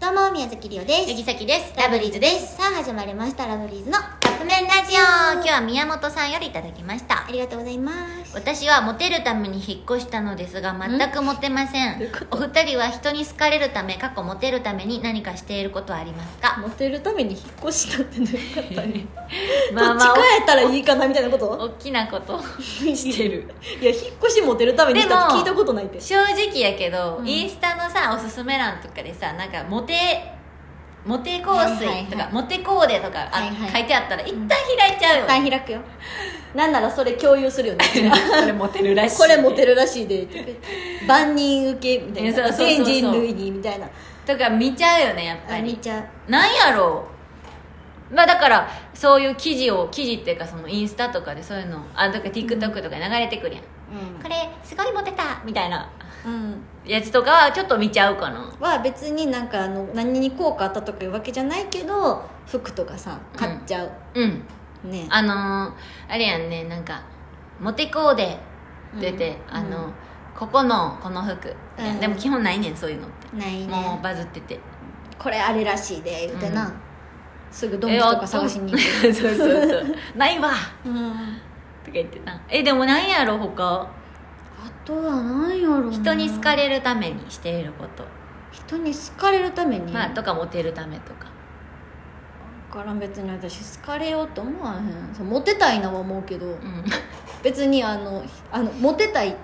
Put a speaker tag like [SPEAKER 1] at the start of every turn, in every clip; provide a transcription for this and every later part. [SPEAKER 1] どうも宮崎りおで
[SPEAKER 2] ヤギ
[SPEAKER 1] す
[SPEAKER 2] サキです
[SPEAKER 1] ラブリーズ
[SPEAKER 2] です
[SPEAKER 1] さあ始まりましたラブリーズの
[SPEAKER 2] カップ麺ラジオ今日は宮本さんよりいただきました
[SPEAKER 1] ありがとうございます
[SPEAKER 2] 私はモテるために引っ越したのですが全くモテません
[SPEAKER 1] どういうこ
[SPEAKER 2] お二人は人に好かれるため過去モテるために何かしていることはありますか
[SPEAKER 1] モテるために引っ越したってなかったね
[SPEAKER 2] まあまあ
[SPEAKER 1] こっち帰ったらいいかなみたいなこと
[SPEAKER 2] 大きなこと
[SPEAKER 1] してるいや引っ越しモテるためにしたって聞いたことないって
[SPEAKER 2] 正直やけど、
[SPEAKER 1] うん
[SPEAKER 2] インスタのさおすすめ欄とかでさなんかモテモテ香水とか、
[SPEAKER 1] はいはいはい
[SPEAKER 2] モテコーデとか、あ
[SPEAKER 1] はいはい
[SPEAKER 2] 書いてあったら一旦開いちゃうよ、
[SPEAKER 1] 一旦開くよなんならそれ共有するよね
[SPEAKER 2] これモテるら
[SPEAKER 1] これモ
[SPEAKER 2] る
[SPEAKER 1] テるらしいで万人受けみたい
[SPEAKER 2] えそう
[SPEAKER 1] な
[SPEAKER 2] そうそうそ
[SPEAKER 1] 全
[SPEAKER 2] う
[SPEAKER 1] 人類にみたいな
[SPEAKER 2] とか見ちゃうよねやっぱ
[SPEAKER 1] あ
[SPEAKER 2] り
[SPEAKER 1] みちゃん
[SPEAKER 2] なんやろうまあだからそういう記事を記事っていうかそのインスタとかでそういうのあとか TikTok とかに流れてくるやん、これすごいモテたみたいな
[SPEAKER 1] うん、うん
[SPEAKER 2] やつとかはちょっと見ちゃうかな
[SPEAKER 1] は別になんかあの何に効果あったとかいうわけじゃないけど服とかさ買っちゃう、
[SPEAKER 2] うん
[SPEAKER 1] ね
[SPEAKER 2] あのー、あれやんねなんかモテコーデって言って、
[SPEAKER 1] うん
[SPEAKER 2] あの
[SPEAKER 1] うん
[SPEAKER 2] ここのこの服、
[SPEAKER 1] うん
[SPEAKER 2] でも基本ないねんそういうのって
[SPEAKER 1] ない
[SPEAKER 2] も
[SPEAKER 1] ね
[SPEAKER 2] うバズってて
[SPEAKER 1] これあれらしいで言うてな、
[SPEAKER 2] うん
[SPEAKER 1] すぐドンキとか探しに行
[SPEAKER 2] 行
[SPEAKER 1] く、
[SPEAKER 2] く そうそうそうないわ
[SPEAKER 1] うん、
[SPEAKER 2] とか言ってなえでもなんやろ他
[SPEAKER 1] あとは何やろうな
[SPEAKER 2] 人に好かれるためにしていること、
[SPEAKER 1] 人に好かれるために、
[SPEAKER 2] まあとかモテるためとか
[SPEAKER 1] だから別に私好かれようと思わへんそうモテたいなは思うけど、
[SPEAKER 2] うん、うん、
[SPEAKER 1] 別にあのあのモテたい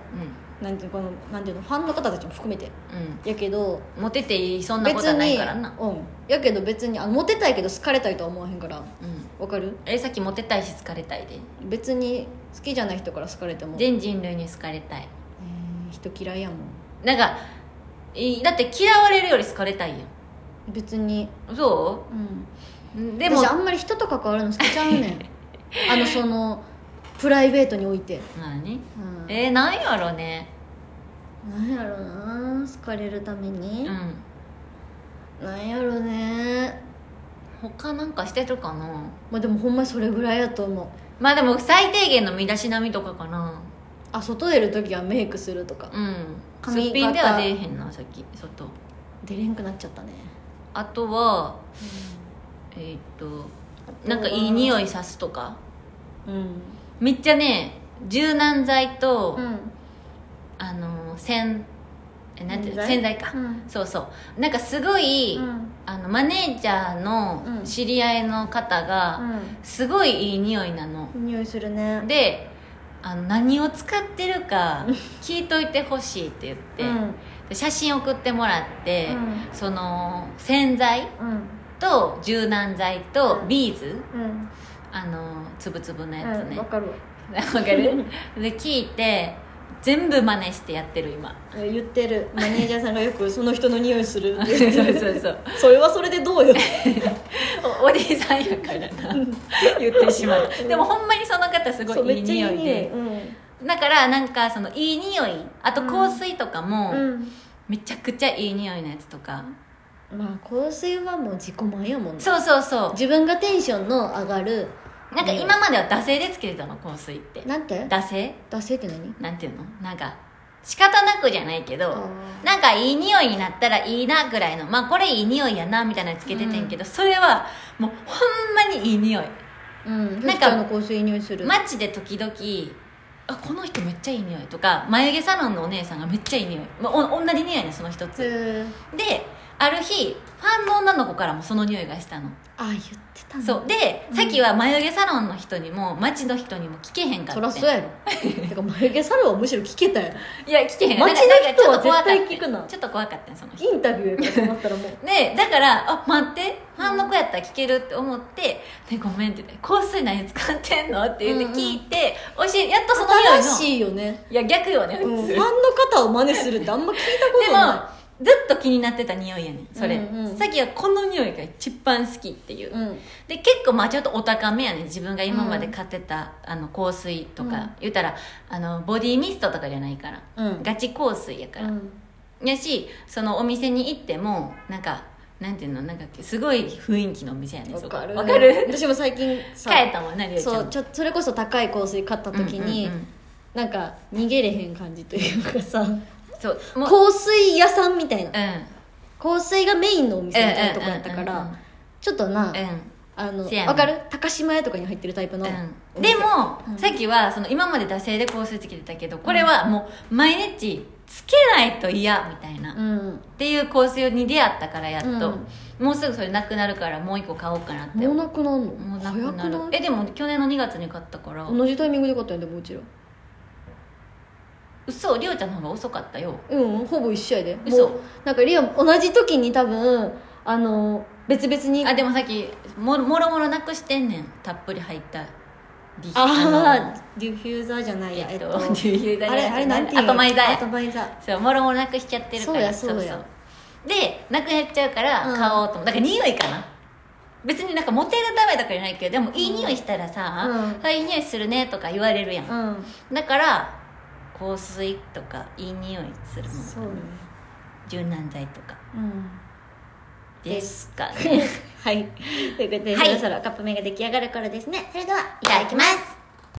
[SPEAKER 1] なんていうのこのなんていうのファンの方たちも含めてやけど
[SPEAKER 2] うんモテていいそんなことはないからな、
[SPEAKER 1] うんやけど別にあのモテたいけど好かれたいとは思わへんから
[SPEAKER 2] うん、
[SPEAKER 1] わかる
[SPEAKER 2] えさっきモテたいし好かれたいで
[SPEAKER 1] 別に好きじゃない人から好かれても、え
[SPEAKER 2] 全人類に好かれたい
[SPEAKER 1] ー人嫌いやもん
[SPEAKER 2] なんかいだって嫌われるより好かれたいや
[SPEAKER 1] 別に
[SPEAKER 2] んそ
[SPEAKER 1] うん
[SPEAKER 2] うん
[SPEAKER 1] で
[SPEAKER 2] でも
[SPEAKER 1] も私あんまり人と関わるの好きちゃうねん あのそのプライベートにおいて、
[SPEAKER 2] まあね
[SPEAKER 1] うん、
[SPEAKER 2] えー、なんやろね
[SPEAKER 1] なんやろな好かれるため
[SPEAKER 2] う
[SPEAKER 1] に、
[SPEAKER 2] ん
[SPEAKER 1] なんやろね
[SPEAKER 2] 他なんかしてるかな
[SPEAKER 1] まあでもほんまにそれぐらいやと思う
[SPEAKER 2] まあでも最低限の身だしなみとかかな
[SPEAKER 1] あ外出る時はメイクするとか
[SPEAKER 2] うんす
[SPEAKER 1] 髪型
[SPEAKER 2] っぴんでは出えへんなさっき外
[SPEAKER 1] 出れんくなっちゃったね、
[SPEAKER 2] あとはえーっとなんかいい
[SPEAKER 1] い
[SPEAKER 2] 匂いさすとか
[SPEAKER 1] うん、
[SPEAKER 2] めっちゃね柔軟剤と、
[SPEAKER 1] うん、
[SPEAKER 2] あの洗えなんていうの
[SPEAKER 1] 洗
[SPEAKER 2] 洗
[SPEAKER 1] 剤
[SPEAKER 2] 剤か、
[SPEAKER 1] うん
[SPEAKER 2] そうそうなんかすごい、
[SPEAKER 1] うん
[SPEAKER 2] あのマネージャー
[SPEAKER 1] う
[SPEAKER 2] の
[SPEAKER 1] ん
[SPEAKER 2] 知り合いの方が、すごいいい匂いなの
[SPEAKER 1] うん、匂いするね
[SPEAKER 2] であの何を使ってるか聞いといてほしいって言って、
[SPEAKER 1] うん
[SPEAKER 2] で写真送ってもらって、
[SPEAKER 1] うん
[SPEAKER 2] その洗剤
[SPEAKER 1] うん
[SPEAKER 2] と柔軟剤と
[SPEAKER 1] うん
[SPEAKER 2] ビーズ
[SPEAKER 1] うん
[SPEAKER 2] あのつぶつぶのやつね、
[SPEAKER 1] わかるわ
[SPEAKER 2] わかるで聞いて全部真似してやってる今
[SPEAKER 1] 言ってるマネージャーさんがよく「その人の匂いする」っ
[SPEAKER 2] そう
[SPEAKER 1] て言ってる
[SPEAKER 2] そう そう
[SPEAKER 1] それはそれでどうよ
[SPEAKER 2] おおじさんやからな 言ってしまうでもほんまにその方すご
[SPEAKER 1] そう
[SPEAKER 2] いいい匂いで
[SPEAKER 1] うん
[SPEAKER 2] だからなんかそのいい匂いあと香水とかも、
[SPEAKER 1] うん
[SPEAKER 2] めちゃくちゃいい匂いのやつとか、
[SPEAKER 1] まあ香水はもう自己満やもんね
[SPEAKER 2] そうそうそ
[SPEAKER 1] 自分がテンションの上がる
[SPEAKER 2] うなんか今までは惰性でつけてたの香水って
[SPEAKER 1] なんて
[SPEAKER 2] 惰性
[SPEAKER 1] 惰性って何
[SPEAKER 2] なんていうのなんか仕方なくじゃないけど
[SPEAKER 1] ー
[SPEAKER 2] なんかいい匂いになったらいいなぐらいのまあこれいい匂いやなみたいなのつけててんけど、それはもうほんまにいい匂い
[SPEAKER 1] うん
[SPEAKER 2] な
[SPEAKER 1] なんん
[SPEAKER 2] か
[SPEAKER 1] かの香水いい匂いする
[SPEAKER 2] 街で時々あこの人めっちゃいい匂いとか眉毛サロンのお姉さんがめっちゃいい匂い、まあ、お同じ匂いねその一つ
[SPEAKER 1] へー
[SPEAKER 2] である日ファンの女の子からもその匂いがしたの
[SPEAKER 1] あ言ってたん
[SPEAKER 2] そうで、さっきは眉毛サロンの人にも街の人にも聞けへんか
[SPEAKER 1] そ
[SPEAKER 2] っ
[SPEAKER 1] ら
[SPEAKER 2] た
[SPEAKER 1] そ うやろてか眉毛サロンはむしろ聞けたやろ
[SPEAKER 2] いや聞けへん
[SPEAKER 1] 街の人は絶対聞くな
[SPEAKER 2] ちょっと怖かったよその人
[SPEAKER 1] インタビューやと思った らもう
[SPEAKER 2] でだからあ待ってファンの子やったら聞けるって思って「でごめん」って言って「香水何使ってんの?」って言って聞いて、教えやっとその匂いの
[SPEAKER 1] 新しいよね
[SPEAKER 2] いや逆よね
[SPEAKER 1] うんフ
[SPEAKER 2] 普
[SPEAKER 1] ァ
[SPEAKER 2] 通
[SPEAKER 1] ンの方を真似するってあんま聞いたこ
[SPEAKER 2] で
[SPEAKER 1] と
[SPEAKER 2] も
[SPEAKER 1] な
[SPEAKER 2] ずっと気になってた匂いやねんそれ、
[SPEAKER 1] うんうん
[SPEAKER 2] さっきはこの匂いが一番好きっていう、
[SPEAKER 1] いうん
[SPEAKER 2] で結構まあちょっとお高めやねん自分が今まで買ってた、あの香水とか、
[SPEAKER 1] うん
[SPEAKER 2] 言ったらあのボディミストとかじゃないから、
[SPEAKER 1] うん
[SPEAKER 2] ガチ香水やから、
[SPEAKER 1] うん
[SPEAKER 2] やしそのお店に行ってもなんかなんていうのなんかすごい雰囲気のお店やねん
[SPEAKER 1] わ
[SPEAKER 2] そこ
[SPEAKER 1] かる
[SPEAKER 2] わかる
[SPEAKER 1] 私も最近さ
[SPEAKER 2] 変えたもんなりおちゃん
[SPEAKER 1] そうちょそれこそ高い香水買った時に、
[SPEAKER 2] うんうんうん
[SPEAKER 1] なんか逃げれへん感じというかさ
[SPEAKER 2] そうもう
[SPEAKER 1] 香水屋さんみたい
[SPEAKER 2] う
[SPEAKER 1] な
[SPEAKER 2] ん
[SPEAKER 1] 香水がメインのお店みたいなとこやったか
[SPEAKER 2] うんうんうん
[SPEAKER 1] らちょっとな
[SPEAKER 2] う
[SPEAKER 1] あの
[SPEAKER 2] せやな
[SPEAKER 1] わかる高島屋とかに入ってるタイプの
[SPEAKER 2] ん、
[SPEAKER 1] お
[SPEAKER 2] うん、
[SPEAKER 1] 店
[SPEAKER 2] でも、
[SPEAKER 1] うん
[SPEAKER 2] さっきはその今まで惰性で香水つけてたけどこれはもう毎日つけないと嫌みたいな、
[SPEAKER 1] う
[SPEAKER 2] っ
[SPEAKER 1] ん
[SPEAKER 2] ていう香水に出会ったからやっと、
[SPEAKER 1] うん
[SPEAKER 2] もうすぐそれなくなるからもう一個買おうかなって
[SPEAKER 1] もうなくなるの
[SPEAKER 2] もうなく
[SPEAKER 1] 早
[SPEAKER 2] な
[SPEAKER 1] く
[SPEAKER 2] る
[SPEAKER 1] ない
[SPEAKER 2] えでも去年の2月に買ったから
[SPEAKER 1] 同じタイミングで買ったんやでもうちら
[SPEAKER 2] 嘘りょうちゃんの方が遅かったよ
[SPEAKER 1] うんほぼ一緒やで
[SPEAKER 2] 嘘
[SPEAKER 1] もうなんかリア同じ時に多分あの別々に
[SPEAKER 2] あでもさっきももろもろなくしてんねんたっぷり入ったディッ
[SPEAKER 1] あ
[SPEAKER 2] の
[SPEAKER 1] ーディフューザーじゃないや
[SPEAKER 2] え
[SPEAKER 1] え
[SPEAKER 2] っ
[SPEAKER 1] っ
[SPEAKER 2] と
[SPEAKER 1] と
[SPEAKER 2] ディフューザーじゃ
[SPEAKER 1] あ
[SPEAKER 2] な
[SPEAKER 1] れ
[SPEAKER 2] い
[SPEAKER 1] あれなんていうの
[SPEAKER 2] アトマイザーや
[SPEAKER 1] アトマイザー
[SPEAKER 2] そうもろもろなくしちゃってるから
[SPEAKER 1] そうやそうや
[SPEAKER 2] でなくなっちゃうから
[SPEAKER 1] うん
[SPEAKER 2] 買おうと思う、だから匂いかな別になんかモテるためとかじゃないけどでもいい匂いしたらさ
[SPEAKER 1] う、ん
[SPEAKER 2] あいい匂いするねとか言われるやん、
[SPEAKER 1] うん
[SPEAKER 2] だから香水とかいい匂いするもの
[SPEAKER 1] そうね
[SPEAKER 2] 柔軟剤とか
[SPEAKER 1] うん
[SPEAKER 2] ですかね
[SPEAKER 1] はいということで、
[SPEAKER 2] はい
[SPEAKER 1] そろそろカップ麺が出来上がる頃ですねそれではい
[SPEAKER 2] ただきます